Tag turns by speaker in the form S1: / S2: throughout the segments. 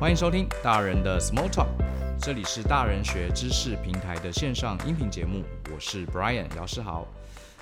S1: 欢迎收听《大人的 Small Talk》，这里是大人学知识平台的线上音频节目，我是 Brian 姚世豪。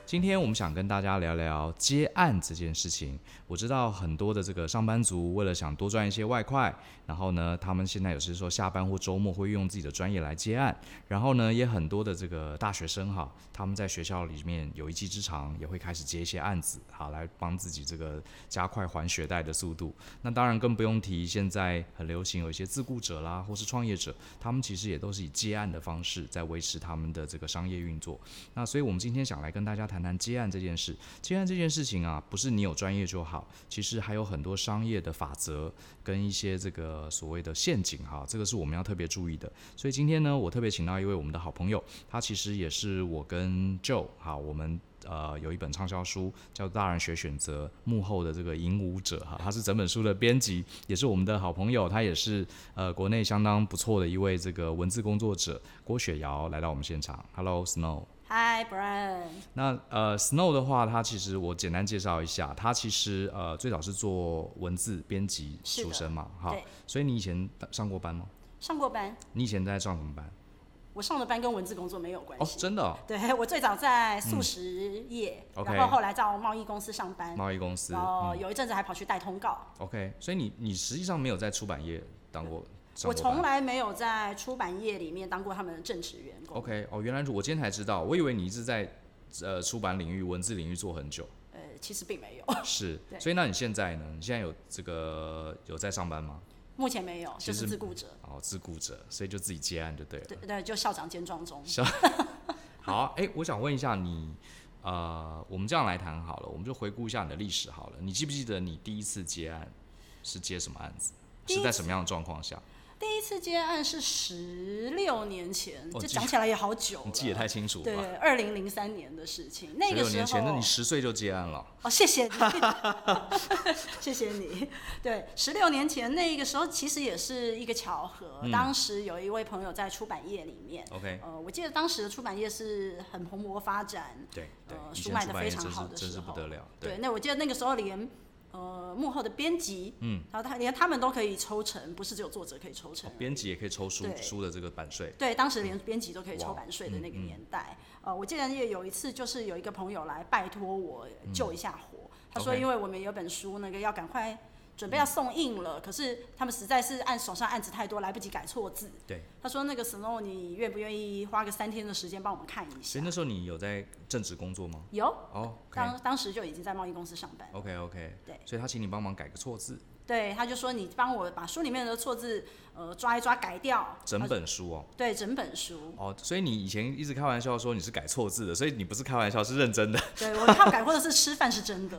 S1: 今天我们想跟大家聊聊接案这件事情。我知道很多的这个上班族为了想多赚一些外快，然后呢，他们现在有些时候下班或周末会用自己的专业来接案。然后呢，也很多的这个大学生哈，他们在学校里面有一技之长，也会开始接一些案子，好来帮自己这个加快还学贷的速度。那当然更不用提现在很流行有一些自雇者啦，或是创业者，他们其实也都是以接案的方式在维持他们的这个商业运作。那所以我们今天想来跟大家谈谈接案这件事。接案这件事情啊，不是你有专业就好，其实还有很多商业的法则跟一些这个所谓的陷阱哈，这个是我们要特别注意的。所以今天呢，我特别请到一位我们的好朋友，他其实也是我跟 Joe 哈，我们呃有一本畅销书叫《大人学选择》幕后的这个引舞者哈，他是整本书的编辑，也是我们的好朋友，他也是呃国内相当不错的一位这个文字工作者郭雪瑶来到我们现场。Hello Snow。
S2: 嗨，Brian，
S1: 那呃，Snow 的话，他其实我简单介绍一下，他其实呃最早是做文字编辑
S2: 是的
S1: 出身嘛，哈
S2: 对，
S1: 所以你以前上过班吗？
S2: 上过班，
S1: 你以前在上什么班？
S2: 我上的班跟文字工作没有关
S1: 哦，
S2: 系。
S1: 真的、哦，
S2: 对我最早在素食业，
S1: OK
S2: 然后后来到贸易公司上班，
S1: 贸易公司、
S2: 然后
S1: 嗯、
S2: 有一阵子还跑去带通告。
S1: ，OK，所以你你实际上没有在出版业当过，上
S2: 我
S1: 过班
S2: 从来没有在出版业里面当过他们的正职员工。
S1: OK，哦，原来如我今天才知道，我以为你一直在呃出版领域、文字领域做很 久，
S2: 呃，其实并没有，
S1: 是，
S2: 对
S1: 所以那你现在呢？你现在有这个有在上班吗？
S2: 目前没有，
S1: 其
S2: 就
S1: 实
S2: 是自雇者。
S1: 哦，自雇者，所以就自己接案就对了。
S2: 对对，就校长兼庄中。
S1: 好啊，哎、我想问一下你，呃，我们这样来谈好了，我们就回顾一下你的历史好了。你记不记得你第一次接案是接什么案子？
S2: 第一
S1: 是在什么样的状况下？
S2: 第一次接案是十六年前，
S1: 哦
S2: 这
S1: 记
S2: 讲起来也好久
S1: 你记得
S2: 了。
S1: 太清楚了吧。
S2: 对，二零零三年的事情，那个时
S1: 六
S2: 候
S1: 年前，那你十岁就接案了，
S2: 哦，谢谢你， 谢谢你。对，十六年前那个时候其实也是一个巧合，当时有一位朋友在出版业里面，
S1: ？OK，
S2: 呃，我记得当时的出版业是很蓬勃发展，
S1: 对对，
S2: 呃
S1: 以
S2: 书
S1: 前
S2: 卖
S1: 出
S2: 得
S1: 版
S2: 非
S1: 业
S2: 常
S1: 真是
S2: 好的
S1: 真
S2: 时
S1: 是不
S2: 候
S1: 得了，
S2: 对，那我记得那个时候连呃幕后的编辑，嗯，然后他连他们都可以抽成，不是只有作者可以抽成
S1: 哦，编辑也可以抽书
S2: 对
S1: 书的这个版税，
S2: 对，当时连编辑都可以抽
S1: 哇嗯
S2: 版税的那个年代。呃，我记得也有一次，就是有一个朋友来拜托我救一下火，他
S1: 嗯
S2: 说
S1: OK
S2: 因为我们有本书那个要赶快准备要送印了，可是他们实在是按手上案子太多，来不及改错字。
S1: 对。
S2: 他说那个 Snow，你愿不愿意花个三天的时间帮我们看一
S1: 所
S2: 下
S1: 以？那时候你有在正职工作吗？
S2: 有，
S1: 哦，OK
S2: 当当时就已经在贸易公司上班。
S1: OK OK，
S2: 对
S1: 所以他请你帮忙改个错字，
S2: 对，他就说你帮我把书里面的错字呃抓一抓改掉，
S1: 整
S2: 他说
S1: 本书哦。
S2: 对整本书。
S1: 哦，所以你以前一直开玩笑说你是改错字的，所以你不是开玩笑，是认真的。
S2: 对我靠改或者是吃饭是真的。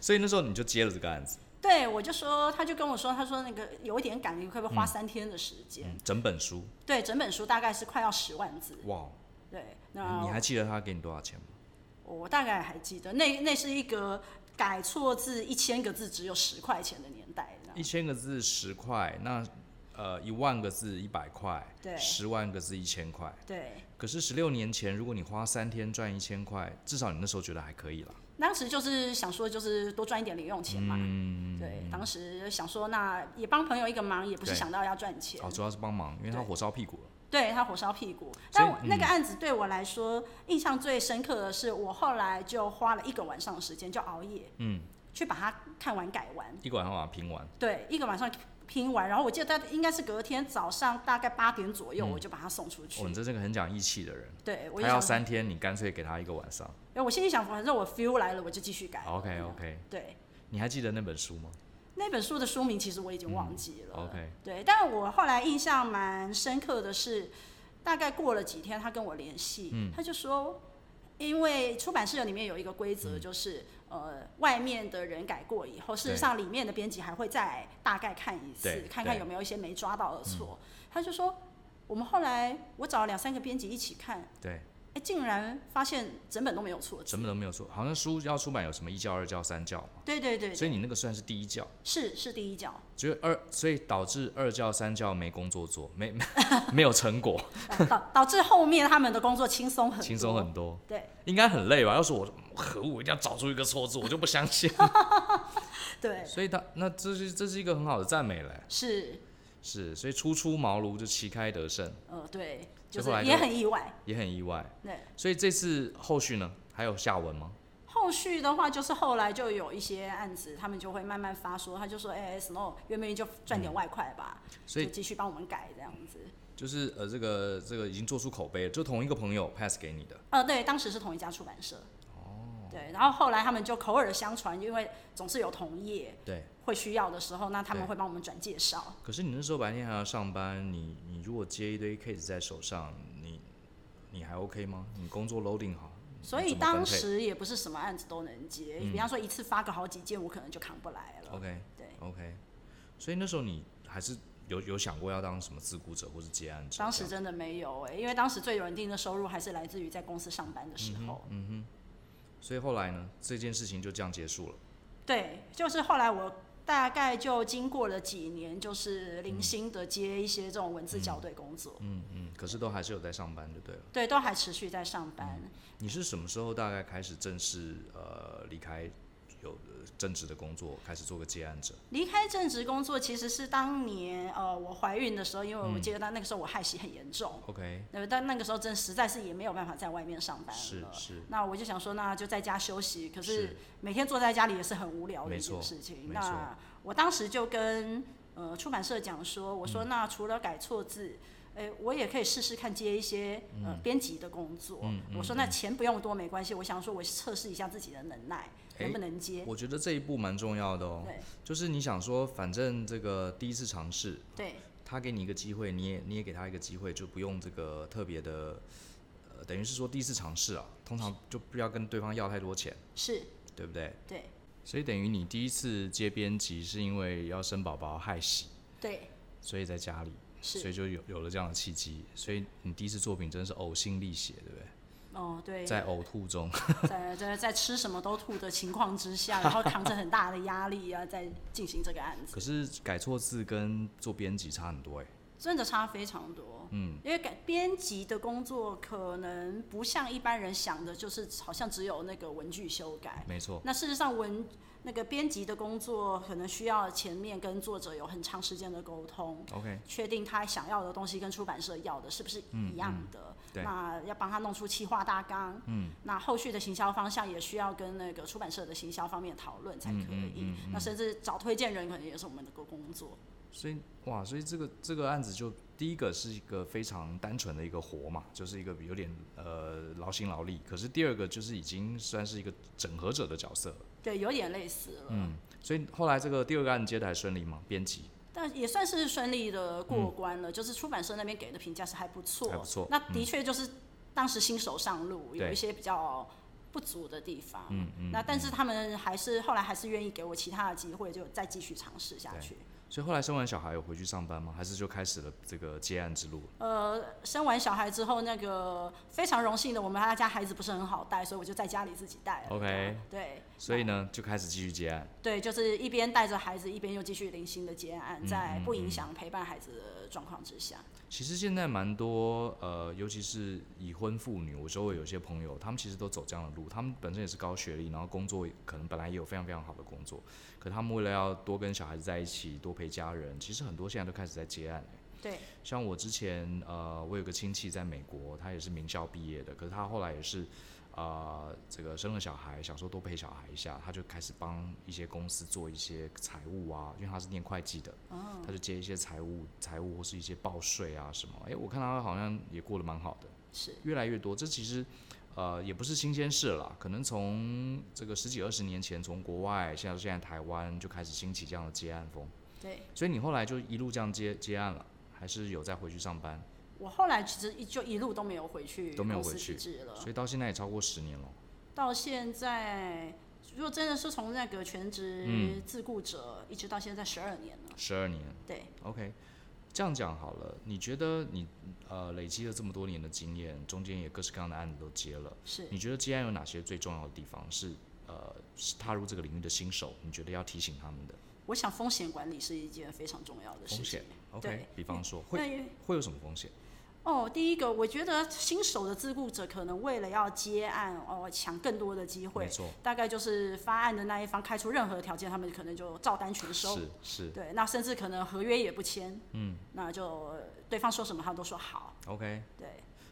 S1: 所以那时候你就接了这个案子，
S2: 对，我就说，他就跟我说，他说那个有一点赶，你会不会花三天的时间？
S1: 嗯，整本书，
S2: 对，整本书大概是快要十万字。
S1: 哇，哦
S2: 对，
S1: 你
S2: 那
S1: 还记得他给你多少钱吗？
S2: 我大概还记得，那那是一个改错字一千个字只有十块钱的年代。你知道吗
S1: 一千个字十块，那呃一万个字一百块，
S2: 对
S1: 十万个字一千块。
S2: 对，
S1: 可是十六年前，如果你花三天赚一千块，至少你那时候觉得还可以啦。
S2: 当时就是想说，就是多赚一点零用钱嘛。对，当时想说，那也帮朋友一个忙，也不
S1: 嗯
S2: 是啊
S1: 对
S2: 想到要赚钱。
S1: 哦，主要是帮忙，因为他
S2: 对
S1: 火烧屁股了。
S2: 对他火烧屁股。
S1: 所以嗯
S2: 但我那个案子对我来说、印象最深刻的是，我后来就花了一个晚上的时间，就熬夜，
S1: 嗯，
S2: 去把它看完改完。
S1: 一个晚上把它拼完，
S2: 对，一个晚上拼完，然后我记得大应该是隔天早上大概八点左右，
S1: 嗯
S2: 我就把它送出去。
S1: 哦，你真是个很讲义气的人。
S2: 对，我
S1: 他
S2: 就
S1: 要
S2: 想，
S1: 三天，你干脆给他一个晚上。
S2: 哎我心里想，反正我 feel 来了，我就继续改。
S1: OK 哦 OK，
S2: 对，
S1: 你还记得那本书吗
S2: 那本书的书名其实我已经忘记了。
S1: 嗯？OK，
S2: 对，但我后来印象蛮深刻的是，大概过了几天，他跟我联系，
S1: 嗯
S2: 他就说，因为出版社里面有一个规则，就是、呃，外面的人改过以后，事实
S1: 嗯对
S2: 上里面的编辑还会再大概看一次
S1: 对，
S2: 看看
S1: 对嗯
S2: 有没有一些没抓到的错。他就说，我们后来我找了两三个编辑一起看，
S1: 对，
S2: 哎，竟然发现整本都没有错字
S1: 什。么都没有说，好像书要出版有什么一教、二教、三教嘛，
S2: 对对对，
S1: 所以你那个算是第一教。
S2: 是是第一角，
S1: 只有二，所以导致二教三教没工作做，没 没没有成 果，
S2: 呃导导致后面他们的工作轻松很多，
S1: 轻松很多，
S2: 对。
S1: 应该很累吧？要是我可恶，一定要找出一个错字，我就不相信。
S2: 对，
S1: 所以他那这是这是一个很好的赞美嘞。
S2: 是，
S1: 是，所以初出茅庐就旗开得胜，
S2: 呃，对，
S1: 所
S2: 就
S1: 以
S2: 是
S1: 后来
S2: 也
S1: 就
S2: 很意外。
S1: 也很意外。
S2: 对，
S1: 所以这次后续呢，还有下文吗？
S2: 后续的话就是后来就有一些案子，他们就会慢慢发说，他就说，哎、s n o w 原本就赚点外快吧，
S1: 所以
S2: 就继续帮我们改这样子。
S1: 就是呃，这个这个已经做出口碑了，就同一个朋友 pass 给你的。
S2: 呃，对，当时是同一家出版社。哦。对，然后后来他们就口耳相传，因为总是有同业
S1: 对。
S2: 会需要的时候，那他们
S1: 对
S2: 会帮我们转介绍。
S1: 可是你那时候白天还要上班，你你如果接一堆 case 在手上，你你还 OK 吗？你工作 loading 好？你
S2: 所
S1: 嗯怎么
S2: 以
S1: 分
S2: 当
S1: 配嗯
S2: 时也不是什么案子都能接，比方说一次发个好几件，我可能就扛不来了。
S1: OK
S2: 对，
S1: OK，所以那时候你还是有有想过要当什么自雇者或是接案者这样？
S2: 当时真的没有哎、因为当时最稳定的收入还是来自于在公司上班的
S1: 嗯
S2: 时候。
S1: 所以后来呢，这件事情就这样结束了。
S2: 对，就是后来我大概就经过了几年，就是零星的接一些这种文字校对工作，
S1: 嗯嗯，可是都还是有在上班就对了。
S2: 对，都还持续在上班。
S1: 你是什么时候大概开始正式呃离开有呃正职的工作，开始做个接案者？
S2: 离开正职工作其实是当年呃我怀孕的时候，因为我
S1: 嗯
S2: 记得那那个时候我害喜很严重，
S1: OK，
S2: 那么但那个时候真实在是也没有办法在外面上班
S1: 是
S2: 了。
S1: 是，
S2: 那我就想说，那就在家休息。可
S1: 是
S2: 是每天坐在家里也是很无聊的
S1: 没
S2: 一件
S1: 错
S2: 事情。
S1: 没
S2: 那
S1: 错
S2: 我当时就跟呃出版社讲说，我
S1: 嗯
S2: 说那除了改错字，哎、我也可以试试看接一些
S1: 嗯
S2: 呃编辑的工作。我说那钱不用多没关系，我想说我测试一下自己的能耐，
S1: 哎
S2: 能不能接。
S1: 我觉得这一步蛮重要的哦。
S2: 对
S1: 就是你想说，反正这个第一次尝试，
S2: 对
S1: 他给你一个机会，你也你也给他一个机会，就不用这个特别的，呃，等于是说第一次尝试啊，通常就不要跟对方要太多钱，
S2: 是，
S1: 对不对？
S2: 对
S1: 所以等于你第一次接编辑是因为要生宝宝害喜，
S2: 对
S1: 所以在家里，所
S2: 是。
S1: 以就有有了这样的契机。所以你第一次作品真的是呕心沥血，对不对？
S2: 哦，对，
S1: 在呕吐中，
S2: 在在在吃什么都吐的情况之下，然后扛着很大的压力啊，在进行这个案子
S1: 可，是改错字跟做编辑差很多哎、
S2: 真的差非常多。
S1: 嗯，
S2: 因为改编辑的工作可能不像一般人想的，就是好像只有那个文具修改。
S1: 没错，
S2: 那事实上文那个编辑的工作可能需要前面跟作者有很长时间的沟通，
S1: OK，
S2: 确定他想要的东西跟出版社要的是不是一样的。
S1: 嗯对
S2: 那要帮他弄出企划大纲。嗯。那后续的行销方向也需要跟那个出版社的行销方面讨论才可以。
S1: 嗯嗯
S2: 那甚至找推荐人可能也是我们的工工作。
S1: 所以哇，所以这个这个案子就第一个是一个非常单纯的一个活嘛，就是一个有点呃劳心劳力。可是第二个就是已经算是一个整合者的角色了。
S2: 对，有点类似了。
S1: 嗯，所以后来这个第二个案子接的还顺利吗？编辑
S2: 但也算是顺利的过关了，就是出版社那边给的评价是还不错，
S1: 嗯还不错嗯
S2: 那的确就是当时新手上路、
S1: 对
S2: 有一些比较不足的地方，嗯嗯那但是他们还是后来还是愿意给我其他的机会，就再继续尝试下去。
S1: 所以后来生完小孩有回去上班吗？还是就开始了这个接案之路？
S2: 呃，生完小孩之后，那个非常荣幸的，我们他家孩子不是很好带，所以我就在家里自己带了。
S1: OK
S2: 对，
S1: 所以呢，就开始继续接案。
S2: 对，就是一边带着孩子，一边又继续零星的接
S1: 嗯
S2: 案，在不影响陪伴孩子的状况之下。
S1: 其实现在蛮多呃，尤其是已婚妇女，我周围有些朋友，他们其实都走这样的路。他们本身也是高学历，然后工作可能本来也有非常非常好的工作，可他们为了要多跟小孩子在一起，多陪家人，其实很多现在都开始在接案欸、
S2: 对，
S1: 像我之前呃，我有个亲戚在美国，他也是名校毕业的，可是他后来也是呃，这个生了小孩，想说多陪小孩一下，他就开始帮一些公司做一些财务啊，因为他是念会计的，他就接一些财务、财务或是一些报税啊什么。诶，我看他好像也过得蛮好的，
S2: 是
S1: 越来越多。这其实呃也不是新鲜事了啦，可能从这个十几二十年前，从国外现在现在台湾就开始兴起这样的接案风。
S2: 对。
S1: 所以你后来就一路这样接接案了，还是有再回去上班，
S2: 我后来其实一就一路都没有回去
S1: 都没有
S2: 公司
S1: 回去
S2: 体制了
S1: 所，以到现在也超过十年了。
S2: 到现在，如果真的是从那个全职
S1: 嗯
S2: 自雇者、一直到现在十二年了，
S1: 十二年
S2: 对，
S1: ，OK。这样讲好了，你觉得你呃累积了这么多年的经验，中间也各式各样的案子都接了，
S2: 是
S1: 你觉得接案有哪些最重要的地方是呃是踏入这个领域的新手，你觉得要提醒他们的
S2: 我想风险管理是一件非常重要的
S1: 风
S2: 事嗯情
S1: 险。？OK，比方说会
S2: 那
S1: 会有什么风险？
S2: 哦，第一个，我觉得新手的自雇者可能为了要接案哦，抢更多的机
S1: 没
S2: 会，
S1: 错，
S2: 大概就是发案的那一方开出任何条件，他们可能就照单全收。
S1: 是是
S2: 对，那甚至可能合约也不签，嗯，那就对方说什么他都说好，
S1: ，OK。
S2: 对，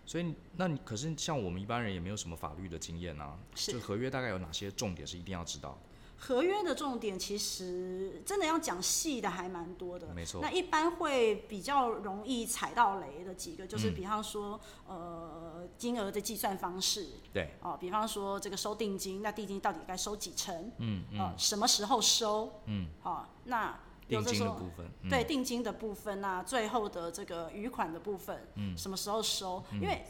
S1: 所以，那你可是像我们一般人也没有什么法律的经验啊，
S2: 是
S1: 就合约大概有哪些重点是一定要知道？
S2: 合约的重点其实真的要讲细的还蛮多的，
S1: 没错
S2: 那一般会比较容易踩到雷的几个，
S1: 嗯
S2: 就是比方说、呃金额的计算方式
S1: 对，
S2: 哦，比方说这个收定金，那定金到底该收几成？嗯嗯、呃，什么时候收？嗯，哦，那有
S1: 定
S2: 的
S1: 金
S2: 时
S1: 的
S2: 候。
S1: 部分，嗯、
S2: 对定金的部分啊，最后的这个余款的部分，嗯，什么时候收？
S1: 嗯
S2: 因为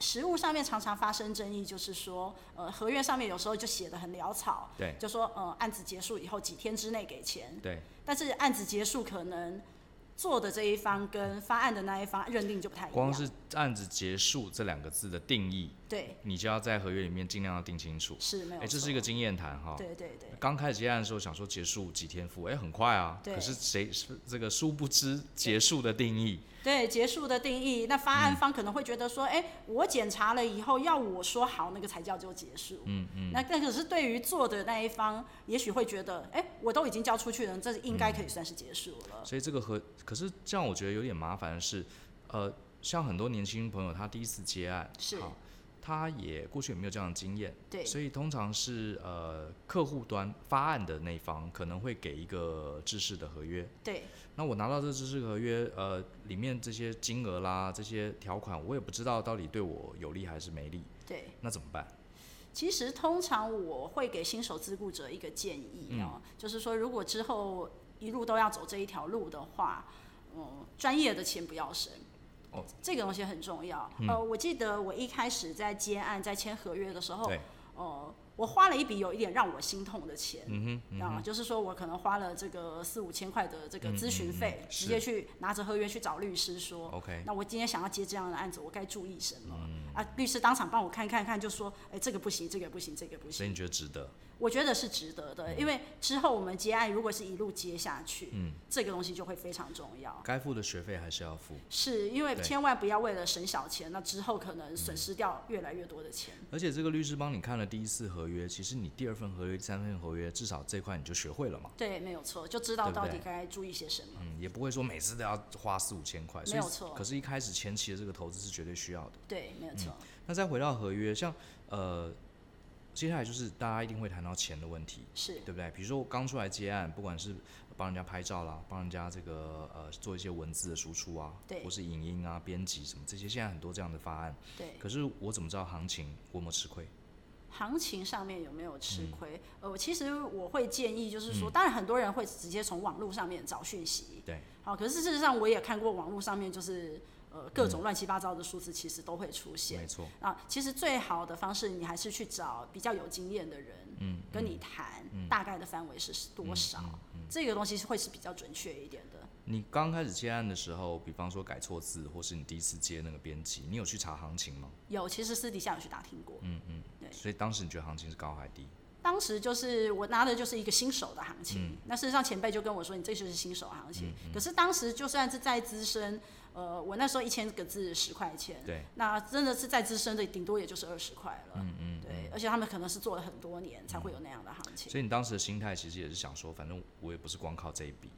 S2: 实物上面常常发生争议，就是说，呃，合约上面有时候就写的很潦草，
S1: 对
S2: 就说呃案子结束以后几天之内给钱，
S1: 对，
S2: 但是案子结束可能做的这一方跟发案的那一方认定就不太一样，
S1: 光是案子结束这两个字的定义，
S2: 对
S1: 你就要在合约里面尽量要定清楚。
S2: 是没有
S1: 哎、
S2: 错，
S1: 这是一个经验谈哈。
S2: 对对对
S1: 刚开始接案的时候想说结束几天付，哎、很快啊。
S2: 对
S1: 可是谁是这个殊不知结束的定义？
S2: 对结束的定义，那发
S1: 嗯
S2: 案方可能会觉得说，哎、我检查了以后要我说好，那个才叫做结束。嗯嗯。那但可是对于做的那一方，也许会觉得，哎、我都已经交出去了，这应该可以算是结束了。
S1: 所以这个和可是这样，我觉得有点麻烦的是，呃，像很多年轻朋友他第一次接案，
S2: 是
S1: 好，他也过去也没有这样的经验，
S2: 对
S1: 所以通常是呃客户端发案的那一方可能会给一个制式的合约，
S2: 对
S1: 那我拿到这知识合约，呃，里面这些金额啦、这些条款，我也不知道到底对我有利还是没利，
S2: 对。
S1: 那怎么办？
S2: 其实通常我会给新手自雇者一个建议哦，
S1: 嗯
S2: 就是说如果之后一路都要走这一条路的话，嗯，专业的钱不要省。
S1: 哦，嗯
S2: 这个东西很重要。呃，我记得我一开始在接案、在签合约的时候，
S1: 对，
S2: 哦，我花了一笔有一点让我心痛的钱，
S1: 嗯哼，
S2: 啊，就是说我可能花了这个四五千块的这个咨询费，
S1: 嗯嗯嗯
S2: 直
S1: 是
S2: 接去拿着合约去找律师说
S1: OK 嗯
S2: 那我今天想要接这样的案子，我该注意什么？啊，律师当场帮我看一看看，就说，哎、这个不行，这个不行，这个不
S1: 所以
S2: 行，
S1: 你觉得值得？
S2: 我觉得是值得的，因为之后我们接案如果是一路接下去，
S1: 嗯，
S2: 这个东西就会非常重要。
S1: 该付的学费还是要付，
S2: 是因为
S1: 对嗯
S2: 千万不要为了省小钱，那之后可能损失掉越来越多的钱。
S1: 而且这个律师帮你看了第一次合约，其实你第二份合约、第三份合约，至少这块你就学会了嘛，
S2: 对，没有错，就知道
S1: 对不
S2: 到
S1: 对
S2: 底该注意些什么。
S1: 嗯，也不会说每次都要花四五千块，所以
S2: 没有错
S1: 可是，一开始前期的这个投资是绝对需要的。
S2: 对，没有错。
S1: 那再回到合约，像呃，接下来就是大家一定会谈到钱的问题。
S2: 是
S1: 对不对？比如说我刚出来接案，不管是帮人家拍照啦，帮人家这个呃做一些文字的输出啊，
S2: 对
S1: 或是影音啊、编辑什么这些，现在很多这样的方案。
S2: 对。
S1: 可是我怎么知道行情我有没有吃亏？
S2: 行情上面有没有吃亏？呃，其实我会建议，就是说，当然很多人会直接从网络上面找讯息，
S1: 对，
S2: 好、可是事实上我也看过网络上面就是呃各种乱七八糟的数字，其实都会出现
S1: 没。错，
S2: 啊，其实最好的方式，你还是去找比较有经验的人，嗯，跟你谈大概的范围是多少，这个东西是会是比较准确一点的。
S1: 你刚开始接案的时候，比方说改错字，或是你第一次接那个编辑，你有去查行情吗？
S2: 有，其实私底下有去打听过，对
S1: 所以当时你觉得行情是高还低？
S2: 当时就是我拿的就是一个新手的行情，那事实上前辈就跟我说，你这就是新手行情。可是当时就算是再资深，呃，我那时候一千个字十块钱，
S1: 对，
S2: 那真的是再资深的，顶多也就是二十块了。嗯嗯，对，而且他们可能是做了很多年才会有那样的行情。
S1: 所以你当时的心态其实也是想说，反正我也不是光靠这一笔，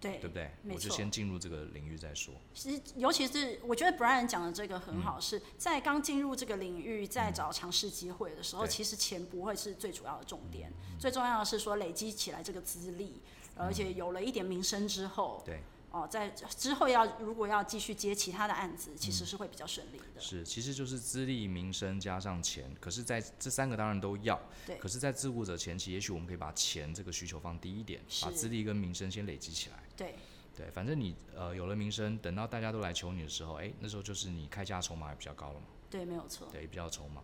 S2: 对
S1: 对不对？
S2: 没
S1: 我就
S2: 错
S1: 先进入这个领域再说。
S2: 其实，尤其是我觉得 Brian 讲的这个
S1: 嗯
S2: 很好，是在刚进入这个领域，在找尝试机会的时候，
S1: 对嗯
S2: 其实钱不会是最主要的重点，最重要的是说累积起来这个资历，而且有了一点名声之后，
S1: 嗯对，
S2: 哦，在之后要如果要继续接其他的案子，其实是会比较顺利的。
S1: 嗯是，其实就是资历、名声加上钱。可是，在这三个当然都要。
S2: 对
S1: 可是，在自雇者前期，也许我们可以把钱这个需求放低一点，把
S2: 是
S1: 资历跟名声先累积起来。
S2: 对，
S1: 对，反正你呃有了名声，等到大家都来求你的时候，哎，那时候就是你开价筹码也比较高了嘛，
S2: 对，没有错。
S1: 对，也比较有筹码。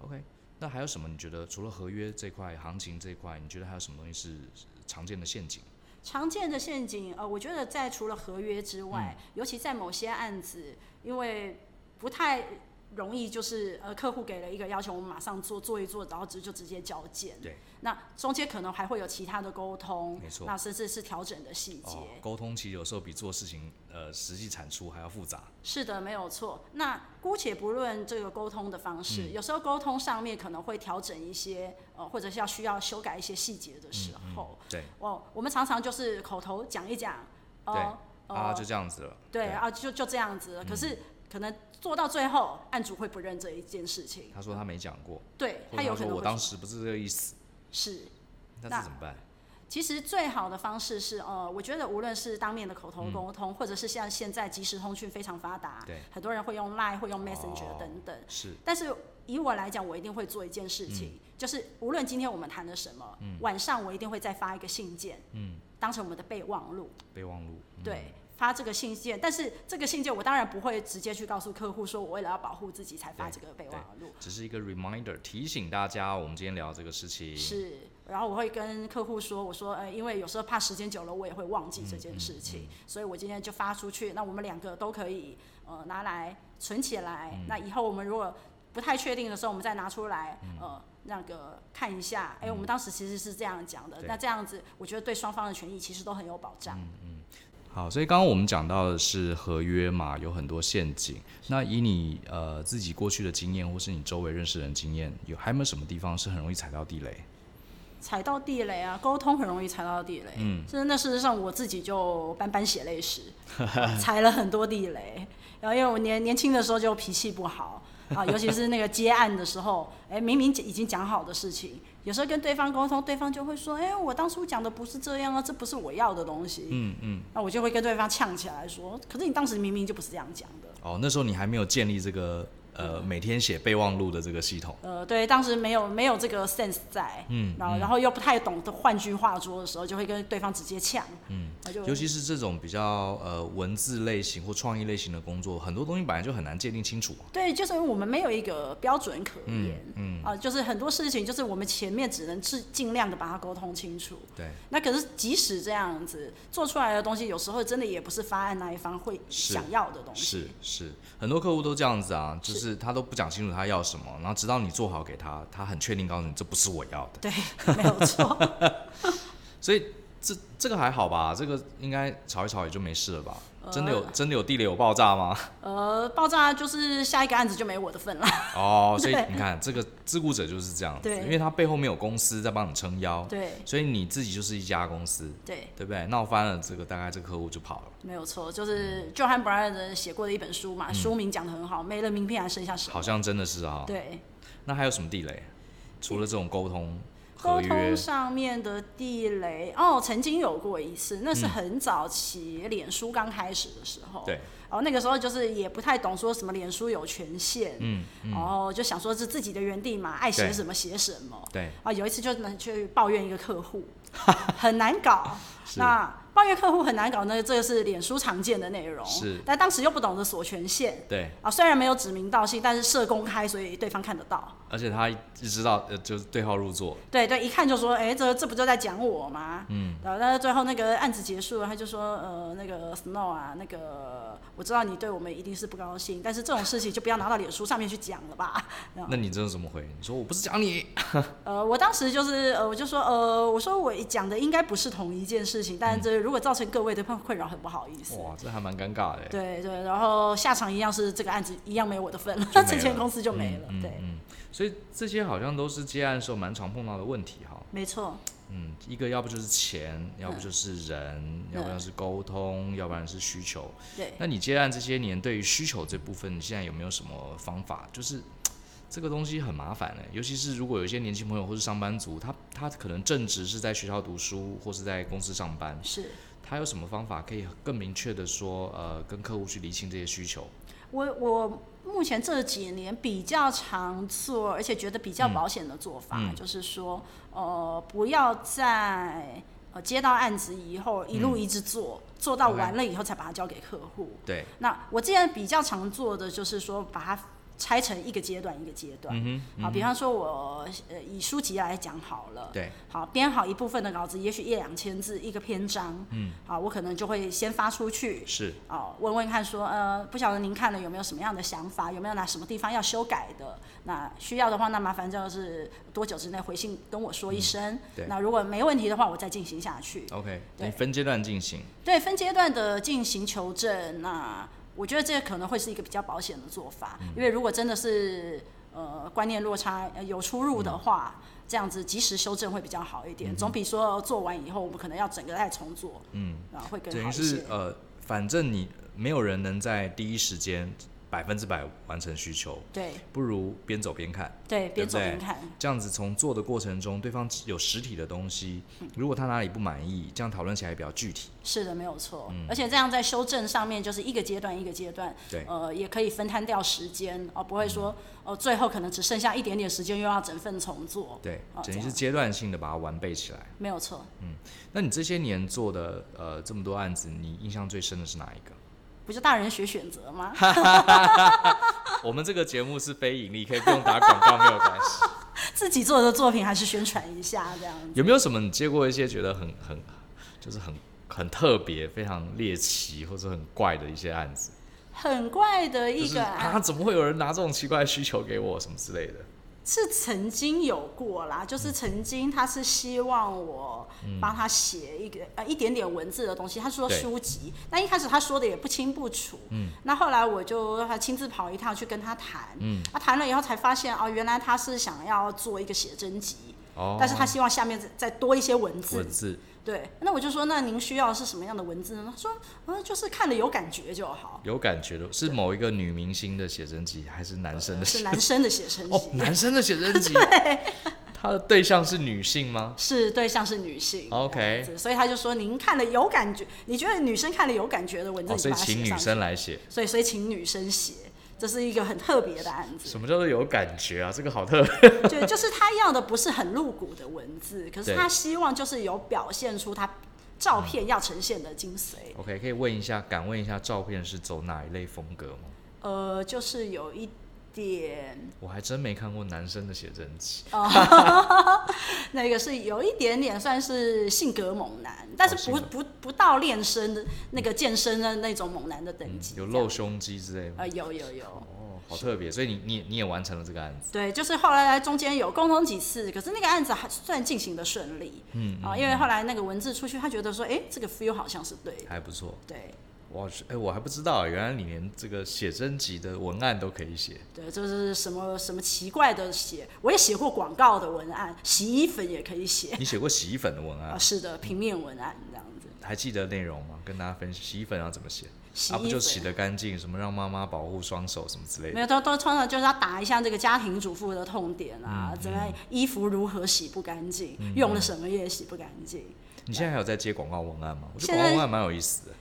S1: OK，那还有什么？你觉得除了合约这块、行情这块，你觉得还有什么东西是常见的陷阱？
S2: 常见的陷阱，呃，我觉得在除了合约之外，
S1: 嗯
S2: 尤其在某些案子，因为不太容易，就是呃，客户给了一个要求，我们马上做做一做，然后直就直接交件。
S1: 对。
S2: 那中间可能还会有其他的沟通，
S1: 没错
S2: 那甚至是调整的细节。
S1: 哦，沟通其实有时候比做事情呃实际产出还要复杂。
S2: 是的，没有错。那姑且不论这个沟通的方式，
S1: 嗯
S2: 有时候沟通上面可能会调整一些，呃，或者是要需要修改一些细节的
S1: 嗯
S2: 时候，
S1: 对
S2: 哦，我们常常就是口头讲一讲，
S1: 对
S2: 哦、呃，
S1: 啊，就这样子了。
S2: 对啊，就就这样子了。
S1: 嗯
S2: 可是可能做到最后，案主会不认这一件事情，
S1: 他说他没讲过，
S2: 对
S1: 或
S2: 他
S1: 者
S2: 有
S1: 他
S2: 可
S1: 说
S2: 能会
S1: 我当时不是这个意思，
S2: 是
S1: 那
S2: 那
S1: 这怎么办？
S2: 其实最好的方式是，呃，我觉得无论是当面的口头沟通，或者是像现在即时通讯非常发达，
S1: 嗯对，
S2: 很多人会用 Line，会用 Messenger
S1: 哦
S2: 等等。
S1: 是
S2: 但是以我来讲，我一定会做一件事
S1: 嗯
S2: 情，就是无论今天我们谈了什么，晚上我一定会再发一个信件，嗯，当成我们的备忘录，
S1: 备忘录。嗯
S2: 对。发这个信件，但是这个信件我当然不会直接去告诉客户说，我为了要保护自己才发
S1: 对
S2: 这个备忘录，
S1: 只是一个 reminder 提醒大家，我们今天聊这个事情。
S2: 是，然后我会跟客户说，我说，呃，因为有时候怕时间久了，我也会忘记这件
S1: 嗯
S2: 事情，所以我今天就发出去，那我们两个都可以，呃，拿来存起来。
S1: 嗯
S2: 那以后我们如果不太确定的时候，我们再拿出来，
S1: 嗯
S2: 呃，那个看一下，哎、我们当时其实是这样讲的，
S1: 对嗯
S2: 那这样子，我觉得对双方的权益其实都很有保障。
S1: 好，所以刚刚我们讲到的是合约嘛，有很多陷阱。那以你呃自己过去的经验，或是你周围认识人的经验，有还有没有什么地方是很容易踩到地雷？
S2: 踩到地雷啊，沟通很容易踩到地雷。嗯，真的，事实上我自己就斑斑血泪 史，踩了很多地雷。然后因为我年年轻的时候就脾气不好 啊，尤其是那个接案的时候，哎、明明已经讲好的事情，有时候跟对方沟通，对方就会说，哎、我当初讲的不是这样啊，这不是我要的东西。嗯嗯，那我就会跟对方呛起来说，可是你当时明明就不是这样讲的。
S1: 哦，那时候你还没有建立这个呃每天写备忘录的这个系统。
S2: 呃，对，当时没有没有这个 sense 在，嗯，然后然后又不太懂得换句话说的时候，就会跟对方直接呛，嗯，就
S1: 尤其是这种比较呃文字类型或创意类型的工作，很多东西本来就很难界定清楚嘛。
S2: 对，就是因为我们没有一个标准可言，嗯，啊、就是很多事情，就是我们前面只能尽尽量的把它沟通清楚。
S1: 对，
S2: 那可是即使这样子做出来的东西，有时候真的也不是发案那一方会
S1: 是
S2: 想要的东
S1: 是
S2: 西。
S1: 是，很多客户都这样子啊，就是是他都不讲清楚他要什么，然后直到你做好给他，他很确定告诉你这不是我要的，
S2: 对，没有错。
S1: 所以这这个还好吧，这个应该吵一吵也就没事了吧？真的有真的有地雷有爆炸吗？
S2: 呃，爆炸就是下一个案子就没我的份了。
S1: 哦，所以
S2: 对
S1: 你看这个自雇者就是这样子，
S2: 对
S1: 因为他背后没有公司在帮你撑腰，
S2: 对
S1: 所以你自己就是一家公司，
S2: 对，
S1: 对不对？闹翻了，这个大概这个客户就跑了。
S2: 没有错，就是
S1: 嗯
S2: 就汉 Bryan 写过的一本书嘛，书名讲的很好，没了名片还剩下什么？
S1: 好像真的是啊、
S2: 对，
S1: 那还有什么地雷？除了这种沟通、合
S2: 沟
S1: 约
S2: 通，上面的地雷哦，曾经有过一次，那是很早期脸书刚开始的时候。
S1: 嗯对。
S2: 哦，那个时候就是也不太懂说什么脸书有权限，嗯，然后就想说是自己的原地嘛，爱写
S1: 对
S2: 什么写什么。
S1: 对，
S2: 啊，有一次就能去抱怨一个 客户，很难搞。
S1: 是
S2: 那抱怨客户很难搞，那这个是脸书常见的内容。
S1: 是
S2: 但当时又不懂得索权限。
S1: 对，
S2: 啊，虽然没有指名道姓，但是设公开，所以对方看得到。
S1: 而且他一知道呃，就是对号入座，
S2: 对对，一看就说，哎，这这不就在讲我吗？嗯，然后但是最后那个案子结束了，他就说，呃，那个 Snow 啊，那个我知道你对我们一定是不高兴，但是这种事情就不要拿到脸书上面去讲了吧。然后
S1: 那你这是怎么回？你说我不是讲你，
S2: 呃，我当时就是，呃，我就说，呃，我说我讲的应该不是同一件事情，但这如果造成各位的困困扰，很不好意思。
S1: 嗯哇，这还蛮尴尬的。欸
S2: 对对，然后下场一样是这个案子一样没我的份了，
S1: 就没
S2: 这间
S1: 了嗯
S2: 公司就没了。对，
S1: 所以这些好像都是接案的时候蛮常碰到的问题哈。
S2: 没错，
S1: 嗯，一个要不就是钱，要不就是人，要不然是沟通，要不然是需求。
S2: 对。
S1: 那你接案这些年，对于需求这部分，你现在有没有什么方法？就是嘖这个东西很麻烦的、尤其是如果有一些年轻朋友或是上班族，他他可能正职是在学校读书或是在公司上班，
S2: 是
S1: 他有什么方法可以更明确的说，呃，跟客户去厘清这些需求？
S2: 我我目前这几年比较常做，而且觉得比较保险的做法，
S1: 嗯
S2: 就是说，呃，不要在呃接到案子以后一
S1: 嗯
S2: 路一直做，做到
S1: OK
S2: 完了以后才把它交给客户。
S1: 对，
S2: 那我之前比较常做的就是说，把它拆成一个阶段一个阶段。
S1: 嗯哼，
S2: 好，比方说我呃以书籍来讲好了，
S1: 对，
S2: 好编好一部分的稿子，也许一两千字一个篇章，嗯，好，我可能就会先发出去，
S1: 是，
S2: 哦，问问看说，呃，不晓得您看了有没有什么样的想法，有没有哪什么地方要修改的？那需要的话，那麻烦就是多久之内回信跟我说一声。
S1: 嗯对哦
S2: 那如果没问题的话，我再进行下去。
S1: OK，
S2: 对
S1: 你分阶段进行，
S2: 对，分阶段的进行求证，那我觉得这可能会是一个比较保险的做法，
S1: 嗯
S2: 因为如果真的是呃观念落差呃有出入的话，
S1: 嗯
S2: 这样子及时修正会比较好一点，总比说做完以后我们可能要整个再重做，
S1: 嗯，
S2: 啊，会更
S1: 等
S2: 好
S1: 于
S2: 一
S1: 是
S2: 些。
S1: 呃，反正你没有人能在第一时间百分之百完成需求，
S2: 对
S1: 不如边走边看。
S2: 对，
S1: 对
S2: 边
S1: 不
S2: 走
S1: 对
S2: 边看。
S1: 这样子从做的过程中，对方有实体的东西，
S2: 嗯
S1: 如果他哪里不满意，这样讨论起来比较具体。
S2: 是的，没有错。而且这样在修正上面，就是一个阶段一个阶段，
S1: 嗯对嗯
S2: 呃，也可以分摊掉时间，哦，不会说，哦、最后可能只剩下一点点时间，又要整份重做。
S1: 对
S2: 哦，
S1: 等于
S2: 这
S1: 是
S2: 样
S1: 阶段性的把它完备起来。
S2: 没有错，
S1: 那你这些年做的呃这么多案子，你印象最深的是哪一个？
S2: 不是大人学选择吗？
S1: 我们这个节目是非盈利，可以不用打广告，没有关 系。
S2: 自己做的作品还是宣传一下这样子。
S1: 有没有什么你接过一些觉得很很就是很很特别、非常猎奇或者很怪的一些案子？
S2: 很怪的
S1: 就
S2: 一
S1: 是
S2: 个
S1: 啊，
S2: 案，
S1: 怎么会有人拿这种奇怪的需求给我什么之类的？
S2: 是曾经有过啦，就是曾经他是希望我帮他写一个、呃一点点文字的东西，他说
S1: 嗯对
S2: 书籍，那一开始他说的也不清不楚，嗯，那后来我就他亲自跑一趟去跟他谈，嗯，他谈了以后才发现哦，原来他是想要做一个写真集，
S1: 哦，
S2: 但是他希望下面再再多一些文字
S1: 文，字
S2: 对，那我就说那您需要的是什么样的文字呢？他说嗯，就是看了有感觉就好，
S1: 有感觉的，是某一个女明星的写真集还是男生的
S2: 是
S1: 写？
S2: 男生的写 真集。
S1: 哦，男生的写真 集，他的对象是女性吗？
S2: 是对象是女性
S1: OK
S2: 这样子所以他就说您看了有感觉，你觉得女生看了有感觉的文字，
S1: 哦，所
S2: 你
S1: 以
S2: 把它
S1: 请
S2: 写
S1: 女
S2: 上去
S1: 生来写。
S2: 所以所以请女生写，这是一个很特别的案子
S1: 什，么叫做有感觉啊？这个好特别。
S2: 就就是他要的不是很露骨的文字，可是
S1: 对
S2: 他希望就是有表现出他照片要呈现的精髓，
S1: OK，可以问一下，敢问一下，照片是走哪一类风格吗？
S2: 呃，就是有一点
S1: 我还真没看过男生的写真集。
S2: 哦那个是有一点点算是性格猛男，但是
S1: 哦
S2: 不
S1: 性
S2: 不不到练身的那个健身的那种猛男的等级，
S1: 嗯有露胸肌之类吗？
S2: 呃有有有。
S1: 哦，好特别。所以你你你也完成了这个案子，
S2: 对，就是后来中间有沟通几次，可是那个案子还算进行的顺利，嗯啊，因为后来那个文字出去，他觉得说，哎、这个 feel 好像是对的，
S1: 还不错。
S2: 对
S1: 我去，哎、我还不知道，原来你连这个写真集的文案都可以写。
S2: 对，就是什么什么奇怪的写，我也写过广告的文案，洗衣粉也可 以写，
S1: 你写过洗衣粉的文
S2: 啊，
S1: 案，
S2: 是的，平面文案这样子，
S1: 还记得内容吗？跟大家分享洗衣粉要怎么写？
S2: 洗
S1: 啊，不
S2: 衣
S1: 就
S2: 粉。
S1: 洗得干净，什么让妈妈保护双手什么之类
S2: 没
S1: 的。
S2: 有，都都通常就是要打一下这个家庭主妇的痛点
S1: 嗯
S2: 啊，怎么样衣服如何洗不干净，用了什么也洗不干净。
S1: 你现在还有在接广告文案吗？我觉得
S2: 现
S1: 广告
S2: 在
S1: 文案蛮有意思的。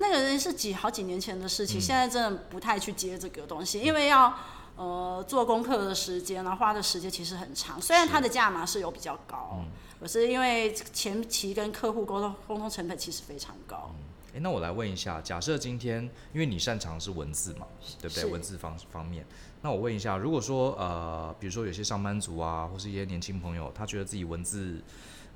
S2: 那个人是几好几年前的事
S1: 嗯
S2: 情，现在真的不太去接这个东西，因为要呃做功课的时间然后花的时间其实很长。虽然它的价码是有比较
S1: 嗯
S2: 高，可是因为前期跟客户沟通沟通成本其实非常高。
S1: 哎、那我来问一下，假设今天因为你擅长是文字嘛，对不对？
S2: 是
S1: 文字方方面，那我问一下，如果说呃，比如说有些上班族啊，或是一些年轻朋友，他觉得自己文字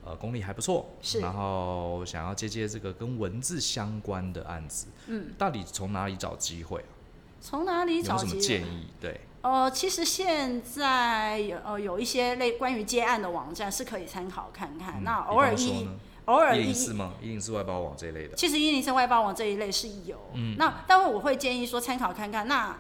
S1: 呃功力还不错，
S2: 是
S1: 然后想要接接这个跟文字相关的案子，嗯，到底从哪里找机会啊、
S2: 从哪里
S1: 有没
S2: 找
S1: 有什么
S2: 机
S1: 建
S2: 会？
S1: 议？对，
S2: 呃，其实现在有呃有一些类关于接案的网站是可以参考看看。
S1: 嗯
S2: 那
S1: 比
S2: 啊偶尔
S1: 方说
S2: 一
S1: 呢
S2: 偶尔
S1: 一
S2: 一
S1: 零四吗？一零四外包网这一类的，嗯
S2: 其实一零三外包网这一类是有，那但我会建议说参考看看。那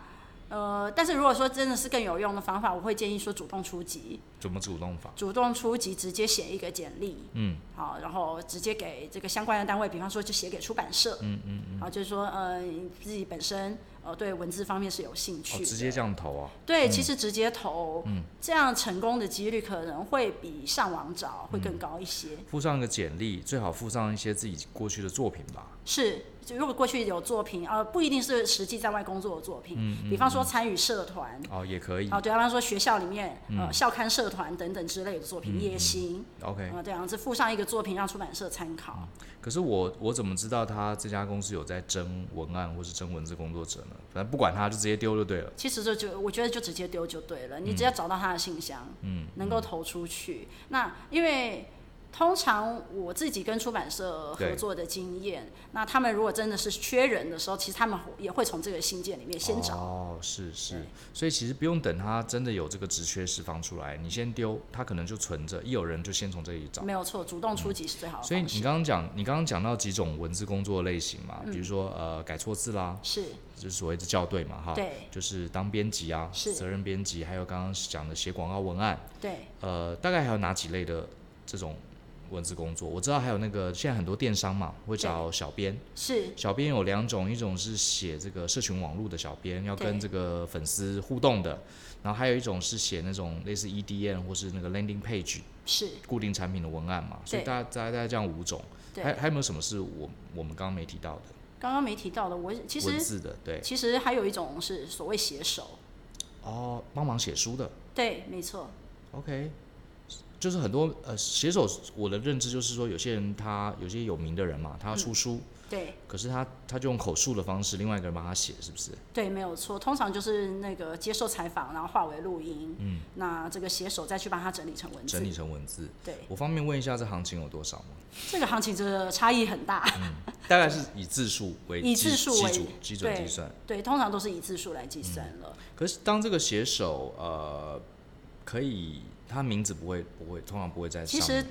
S2: 呃，但是如果说真的是更有用的方法，我会建议说主动出击，
S1: 怎么主动法？
S2: 主动出击，直接写一个简历，
S1: 嗯，
S2: 好，然后直接给这个相关的单位，比方说就写给出版社，嗯嗯嗯，好，就是说呃你自己本身呃对文字方面是有兴
S1: 哦，
S2: 趣的，
S1: 直接嗯这样投啊？
S2: 对，其实直接投，这样成功的几率可能会比上网
S1: 嗯
S2: 找会更高一些，
S1: 附上一个简历，最好附上一些自己过去的作品吧。
S2: 是就如果过去有作品，呃，不一定是实际在外工作的作品，
S1: 嗯
S2: 比方说参与社团，
S1: 哦，也可以
S2: 啊，对，比方说学校里面
S1: 嗯
S2: 呃校刊社团等等之类的作品也行，
S1: ，OK。
S2: 啊，对啊，这附上一个作品让出版社参考。
S1: 可是我我怎么知道他这家公司有在征文案或是征文字工作者呢？反正不管他，就直接丢就对了。
S2: 其实这就我觉得就直接丢就对了，
S1: 嗯
S2: 你只要找到他的信箱，嗯，能够投出去。那因为通常我自己跟出版社合作的经验，那他们如果真的是缺人的时候，其实他们也会从这个信件里面先找。
S1: 哦，是是
S2: 对，
S1: 所以其实不用等他真的有这个职缺释放出来，你先丢，他可能就存着，一有人就先从这里找。嗯
S2: 没有错，主动出击是最好的
S1: 所以
S2: 方
S1: 你
S2: 式。
S1: 刚刚讲，你刚刚讲到几种文字工作类型嘛，
S2: 嗯
S1: 比如说呃改错字啦，
S2: 是
S1: 就是所谓的校对嘛哈，
S2: 对
S1: 就是当编辑啊，
S2: 是
S1: 责任编辑，还有刚刚讲的写广告文案，
S2: 对
S1: 呃，大概还有哪几类的这种文字工作？我知道还有那个现在很多电商嘛，会找小编，
S2: 是
S1: 小编有两种，一种是写这个社群网络的小编，要跟
S2: 对
S1: 这个粉丝互动的，然后还有一种是写那种类似 EDM 或是那个 landing page
S2: 是，
S1: 固定产品的文案嘛，所以
S2: 对
S1: 大家大概大概这样五种，还
S2: 对。
S1: 还有没有什么是我我们刚刚没提到的
S2: 刚刚没提到的，我其
S1: 文
S2: 实
S1: 字的？对，
S2: 其实还有一种是所谓写手，
S1: 哦，帮忙写书的
S2: 对，没错，
S1: ，OK。就是很多呃写手，我的认知就是说，有些人他有些有名的人嘛，他要出书，
S2: 对
S1: 可是他他就用口述的方式，另外一个人帮他写，是不是？
S2: 对，没有错。通常就是那个接受采访，然后化为录音，嗯，那这个写手再去帮他整理成文字
S1: 整。理成文字。
S2: 对，
S1: 我方便问一下，这行情有多少 吗？
S2: 这个行情真的差异很大，
S1: 大概是以字数为
S2: 以
S1: 基
S2: 字数为
S1: 基础基准
S2: 对
S1: 计算。
S2: 对，通常都是以字数来计算了。
S1: 可是当这个写手呃，可以他名字不会不会，通常不会在
S2: 其
S1: 上
S2: 实
S1: 面。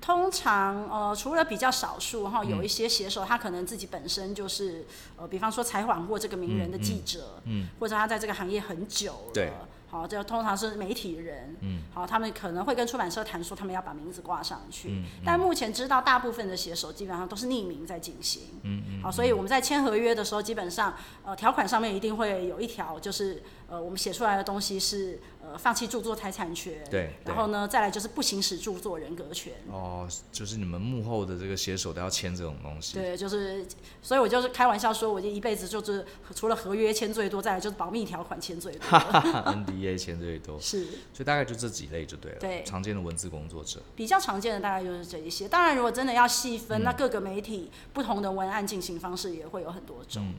S2: 通常呃，除了比较少数哈，有一些写手他可能自己本身就是呃，比方说采访过这个名人的记者，嗯，或者他在这个行业很久了，
S1: 对
S2: 好，这通常是媒体人，嗯，好，他们可能会跟出版社谈说他们要把名字挂上去，但目前知道大部分的写手基本上都是匿名在进行，嗯嗯，好，所以我们在签合约的时候，基本上呃条款上面一定会有一条就是呃我们写出来的东西是呃放弃著作财产权，
S1: 对对
S2: 然后呢再来就是不行使著作人格权，
S1: 哦，就是你们幕后的这个写手都要签这种东西。
S2: 对，就是，所以我就是开玩笑说，我就一辈子就是除了合约签最多，再来就是保密条款签最多，
S1: NDA 签最多，
S2: 是
S1: 所以大概就这几类就对了。
S2: 对
S1: 常见的文字工作者。
S2: 比较常见的大概就是这一些。当然，如果真的要细分，
S1: 嗯
S2: 那各个媒体不同的文案进行方式也会有很多种。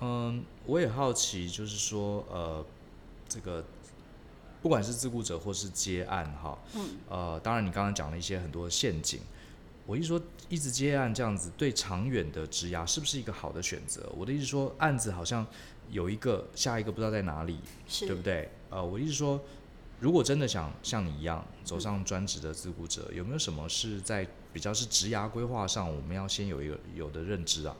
S1: 嗯，我也好奇，就是说，呃，这个不管是自雇者或是接案哈，嗯，呃，当然你刚刚讲了一些很多陷阱。我一说一直接案这样子，对长远的职涯是不是一个好的选择？我的意思说，案子好像有一个，下一个不知道在哪里，
S2: 是
S1: 对不对？呃，我意思说，如果真的想像你一样走上专职的自雇者，有没有什么是在比较是职涯规划上，我们要先有一个有的认知啊？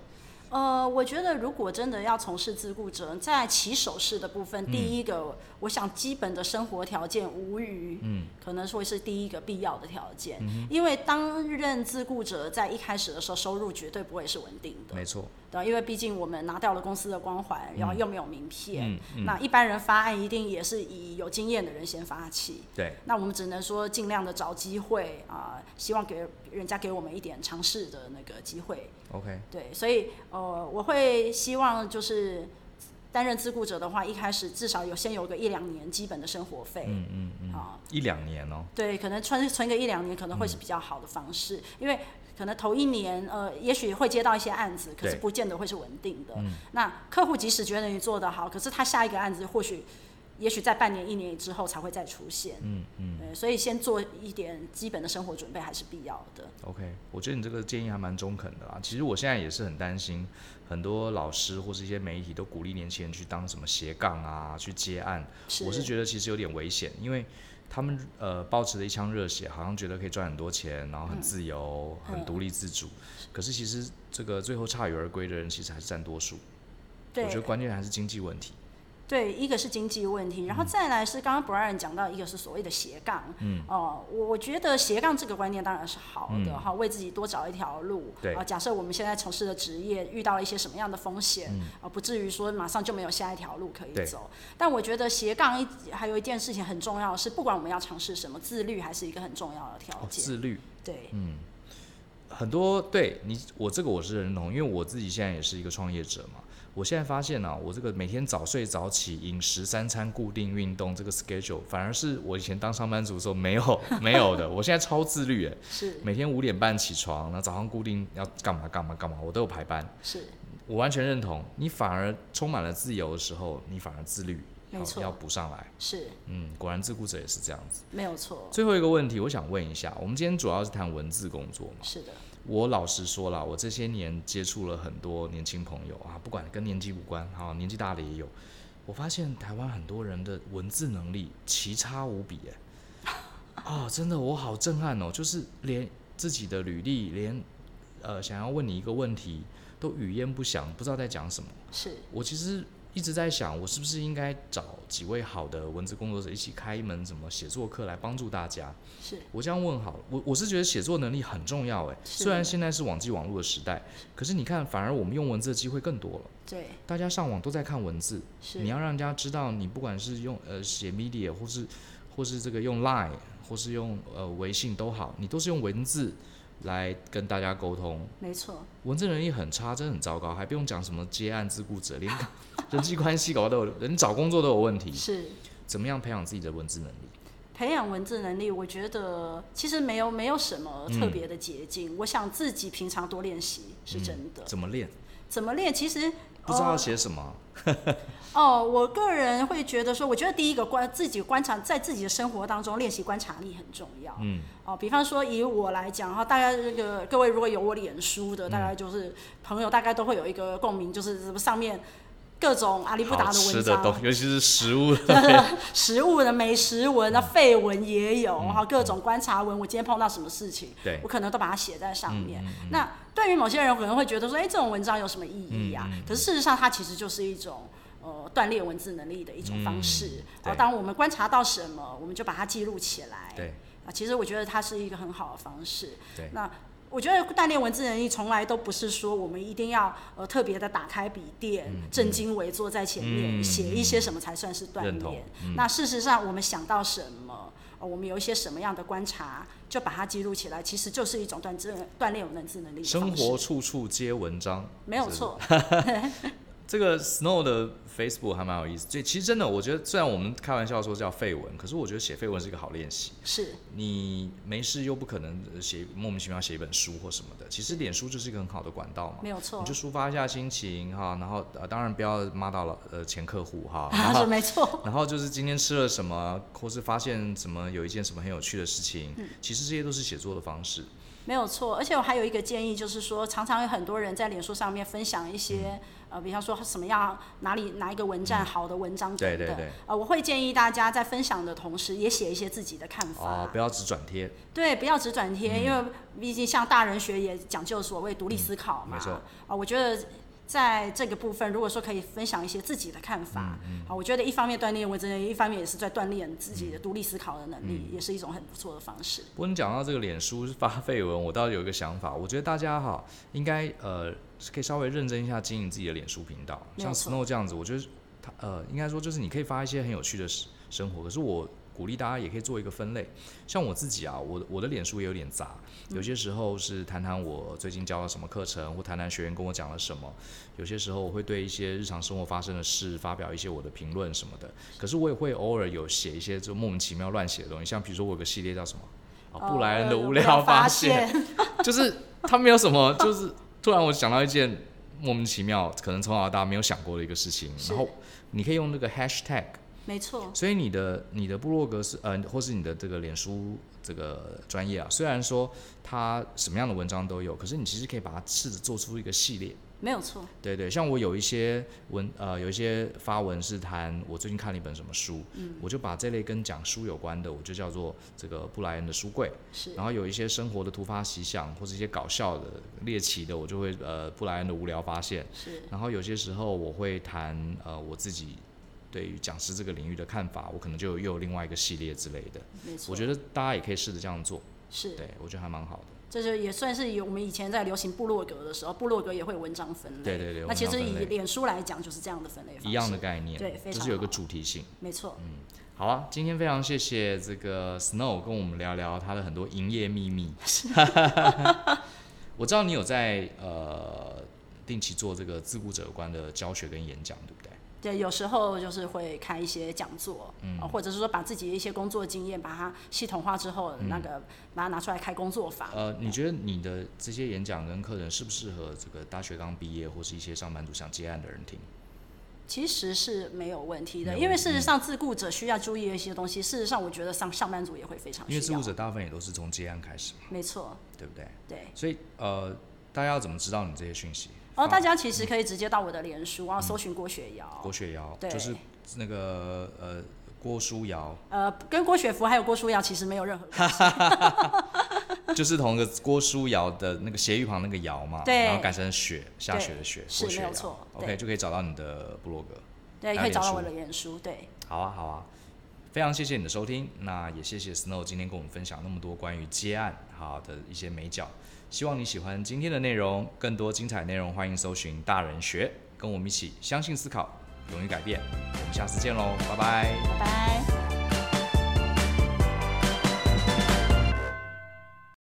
S2: 呃，我觉得如果真的要从事自雇者，在起手式的部分，第一个，我想基本的生活条件无虞，嗯，可能会是第一个必要的条件，因为担任自雇者在一开始的时候，收入绝对不会是稳定的，
S1: 没错，
S2: 对，因为毕竟我们拿掉了公司的光环，然后又没有名片，那一般人发案一定也是以有经验的人先发起。
S1: 对。
S2: 那我们只能说尽量的找机会啊、希望给人家给我们一点尝试的那个机会。
S1: OK，
S2: 对，所以呃，我会希望就是担任自雇者的话，一开始至少有先有个一两年基本的生活费。嗯嗯嗯。啊、
S1: 一两年哦、
S2: 对，可能存存个一两年可能会
S1: 嗯
S2: 是比较好的方式，因为可能头一年呃，也许会接到一些案子，可是
S1: 对嗯
S2: 不见得会是稳定的。那客户即使觉得你做得好，可是他下一个案子或许。也许在半年、一年之后才会再出现，嗯嗯，对，所以先做一点基本的生活准备还是必要的。
S1: OK，我觉得你这个建议还蛮中肯的啦。其实我现在也是很担心，很多老师或是一些媒体都鼓励年轻人去当什么斜杠啊，去接案。
S2: 是，
S1: 我是觉得其实有点危险，因为他们呃抱持了一腔热血，好像觉得可以赚很多钱，然后很自由、
S2: 嗯
S1: 很独立自主。可是其实这个最后铩羽而归的人，其实还是占多数。
S2: 对
S1: 我觉得关键还是经济问题。
S2: 对，一个是经济问题，
S1: 嗯
S2: 然后再来是刚刚 Brian 讲到，一个是所谓的斜杠，嗯，哦、我我觉得斜杠这个观念当然是好的哈、为自己多找一条路，
S1: 嗯对
S2: 啊、假设我们现在从事的职业遇到了一些什么样的风险，啊、不至于说马上就没有下一条路可
S1: 嗯对
S2: 以走。但我觉得斜杠一还有一件事情很重要的是，不管我们要尝试什么，自律还是一个很重要的条
S1: 哦，
S2: 件，
S1: 自律。
S2: 对，
S1: 嗯，很多对你，我这个我是认同，因为我自己现在也是一个创业者嘛。我现在发现啊，我这个每天早睡早起、饮食三餐固定、运动这个 schedule，反而是我以前当上班族的时候没有 没有的。我现在超自律诶，
S2: 是
S1: 每天五点半起床，然后早上固定要干嘛干嘛干嘛，我都有排班。
S2: 是，
S1: 我完全认同，你反而充满了自由的时候，你反而自律，
S2: 没
S1: 要
S2: 错
S1: 要补上来。
S2: 是
S1: 嗯，果然自雇者也是这样子。
S2: 没有错，
S1: 最后一个问题，我想问一下，我们今天主要是谈文字工作嘛？
S2: 是的，
S1: 我老实说啦，我这些年接触了很多年轻朋友啊，不管跟年纪无关，哈、年纪大的也有。我发现台湾很多人的文字能力奇差无比、耶。 哦，真的，我好震撼哦！就是连自己的履历，连呃想要问你一个问题，都语焉不详，不知道在讲什么。
S2: 是
S1: 我其实一直在想，我是不是应该找几位好的文字工作者一起开一门什么写作课来帮助大家？
S2: 是
S1: 我这样问好了，我我是觉得写作能力很重要诶，
S2: 是
S1: 虽然现在是网际网络的时代，可是你看，反而我们用文字的机会更多了。
S2: 对
S1: 大家上网都在看文字，
S2: 是
S1: 你要让人家知道，你不管是用呃写 media 或是或是这个用 Line 或是用呃微信都好，你都是用文字来跟大家沟通。
S2: 没错，
S1: 文字能力很差，真的很糟糕，还不用讲什么接案自雇者， 连人际关系搞得都有，人找工作都有问题。
S2: 是
S1: 怎么样培养自己的文字能力？
S2: 培养文字能力，我觉得其实没有没有什么特别的捷
S1: 嗯
S2: 径，我想自己平常多练习是真的。
S1: 怎么练？
S2: 怎么练？其实
S1: 嗯不知道
S2: 呃
S1: 写什么，啊
S2: 哦，我个人会觉得说，我觉得第一个观自己观察，在自己的生活当中练习观察力很重要。
S1: 嗯，
S2: 哦，比方说以我来讲哈，大概这个各位如果有我脸书的，大概就是、朋友大概都会有一个共鸣，就是什么上面各种阿里不达
S1: 好
S2: 的
S1: 吃
S2: 文
S1: 的
S2: 章，
S1: 东，尤其是食 物
S2: 食物的美食文啊，废文也有，哈、各种观察文。我今天碰到什么事情，
S1: 嗯对嗯
S2: 我可能都把它写在上面。那对于某些人可能会觉得说，哎、这种文章有什么意义
S1: 嗯
S2: 啊？可是事实上，它其实就是一种。呃，锻炼文字能力的一种方式。然后，
S1: 嗯对
S2: 当我们观察到什么，我们就把它记录起来。
S1: 对
S2: 啊，其实我觉得它是一个很好的方式。
S1: 对
S2: 那我觉得锻炼文字能力从来都不是说我们一定要呃特别的打开笔电，正襟危坐在前面、
S1: 嗯
S2: 写一些什么才算是锻
S1: 认同嗯
S2: 炼。那事实上，我们想到什么、呃我们有一些什么样的观察，就把它记录起来，其实就是一种锻炼锻炼文字能力的
S1: 生
S2: 方式
S1: 活处处皆文章，
S2: 没有
S1: 是不是。
S2: 错，
S1: 这个 Snow 的 Facebook 还蛮有意思，就其实真的，我觉得虽然我们开玩笑说叫废文，可是我觉得写废文是一个好练习。
S2: 是
S1: 你没事又不可能呃写莫名其妙写一本书或什么的，其实脸书就是一个很好的管道嘛。
S2: 没有错
S1: 你就， 抒发一下心情哈，然后呃，当然不要骂到老呃前客户哈，然
S2: 啊是
S1: 后
S2: 没错，
S1: 然后就是今天吃了什么，或是发现什么有一件什么很有趣的事情，
S2: 嗯
S1: 其实这些都是写作的方式。
S2: 没有错。而且我还有一个建议，就是说，常常有很多人在脸书上面分享一
S1: 嗯
S2: 些、呃，比方说什么样哪里哪一个文站好的文章等
S1: 对对
S2: 等。
S1: 对，
S2: 呃，我会建议大家在分享的同时，也写一些自己的看法。
S1: 哦，不要只转贴，
S2: 对，不要只转贴，
S1: 嗯
S2: 因为毕竟像大人学也讲究所谓独立思考嘛。
S1: 没错
S2: 啊、我觉得在这个部分，如果说可以分享一些自己的看法，啊、
S1: 嗯
S2: 我觉得一方面锻炼我真的，一方面也是在锻炼自己的独立思考的能力，也是一种很不错的方式。
S1: 不过你讲到这个脸书发绯闻，我倒有一个想法，我觉得大家哈应该呃是可以稍微认真一下经营自己的脸书频道，
S2: 没有
S1: 像
S2: 错
S1: Snow 这样子，我觉得他呃应该说就是你可以发一些很有趣的生生活，可是我。鼓励大家也可以做一个分类，像我自己啊，我我的脸书也有点杂，有
S2: 嗯
S1: 些时候是谈谈我最近教了什么课程，或谈谈学员跟我讲了什么，有些时候我会对一些日常生活发生的事发表一些我的评论什么的，可是我也会偶尔有写一些就莫名其妙乱写的东西，像比如说我有个系列叫什么啊布莱恩的
S2: 呃
S1: 无
S2: 无
S1: 聊
S2: 聊发
S1: 发现，就是他没有什么，就是突然我想到一件莫名其妙，可能从小到大没有想过的一个事情，
S2: 是
S1: 然后你可以用那个 hashtag，
S2: 没错，
S1: 所以你的你的部落格是呃，或是你的这个脸书这个专业啊，虽然说它什么样的文章都有，可是你其实可以把它试着做出一个系列。
S2: 没有错，
S1: 对对，像我有一些文呃，有一些发文是谈我最近看了一本什么书，我就把这类跟讲书有关的，我就叫做这个布莱恩的书柜。
S2: 是
S1: 然后有一些生活的突发奇想或是一些搞笑的、猎奇的，我就会呃布莱恩的无聊发现。
S2: 是
S1: 然后有些时候我会谈呃我自己对于讲师这个领域的看法，我可能就又有另外一个系列之类的。
S2: 没错，
S1: 我觉得大家也可以试着这样做，
S2: 是。
S1: 对我觉得还蛮好的。
S2: 这就也算是有我们以前在流行部落格的时候，部落格也会有文章分类。
S1: 对对对
S2: 那其
S1: 文章
S2: 实
S1: 分类
S2: 以脸书来讲，就是这样的分类方式。
S1: 一样的概念，
S2: 对非
S1: 就是
S2: 常
S1: 有一个
S2: 好
S1: 主题性。
S2: 没错，
S1: 好啊，今天非常谢谢 这个 Snow 跟我们聊聊他的很多营业秘密。我知道你有在呃定期做这个自雇者有关的教学跟演讲，对不对？
S2: 对，有时候就是会开一些讲座，嗯、或者是说把自己的一些工作经验把它系统化之后，
S1: 嗯
S2: 那个把它拿出来开工作坊。
S1: 呃，你觉得你的这些演讲跟课程适不适合这个大学刚毕业或是一些上班族想接案的人听？
S2: 其实是没有问题
S1: 没
S2: 的，
S1: 有
S2: 因为
S1: 问题
S2: 事实上自雇者需要注意的一些东西，事实上我觉得上上班族也会非常
S1: 因为
S2: 需
S1: 自
S2: 要
S1: 雇。者大部分也都是从接案开始嘛，
S2: 没错，
S1: 对不对？
S2: 对。
S1: 所以呃，大家要怎么知道你这些讯息？
S2: 然后哦大
S1: 家
S2: 家其实可以直接到我的脸书，
S1: 嗯
S2: 然后搜寻郭雪瑶，
S1: 郭雪瑶
S2: 对
S1: 就是那个呃郭书瑶，
S2: 呃，跟郭雪芙还有郭书瑶其实没有任何关系。
S1: 就是同一个郭书瑶的那个斜玉旁那个瑶嘛，
S2: 对
S1: 然后改成雪下雪的雪，
S2: 是
S1: 郭雪
S2: 没有
S1: 瑶
S2: 错对
S1: ，OK 就可以找到你的部落格。
S2: 对，
S1: 还有
S2: 可以找到
S1: 脸书
S2: 我的脸书。对，
S1: 好啊，好啊，非常谢谢你的收听，那也谢谢 Snow 今天跟我们分享那么多关于接案好的一些美角，希望你喜欢今天的内容，更多精彩内容欢迎搜寻大人学，跟我们一起相信思考，勇于改变，我们下次见喽，拜拜。
S2: 拜拜。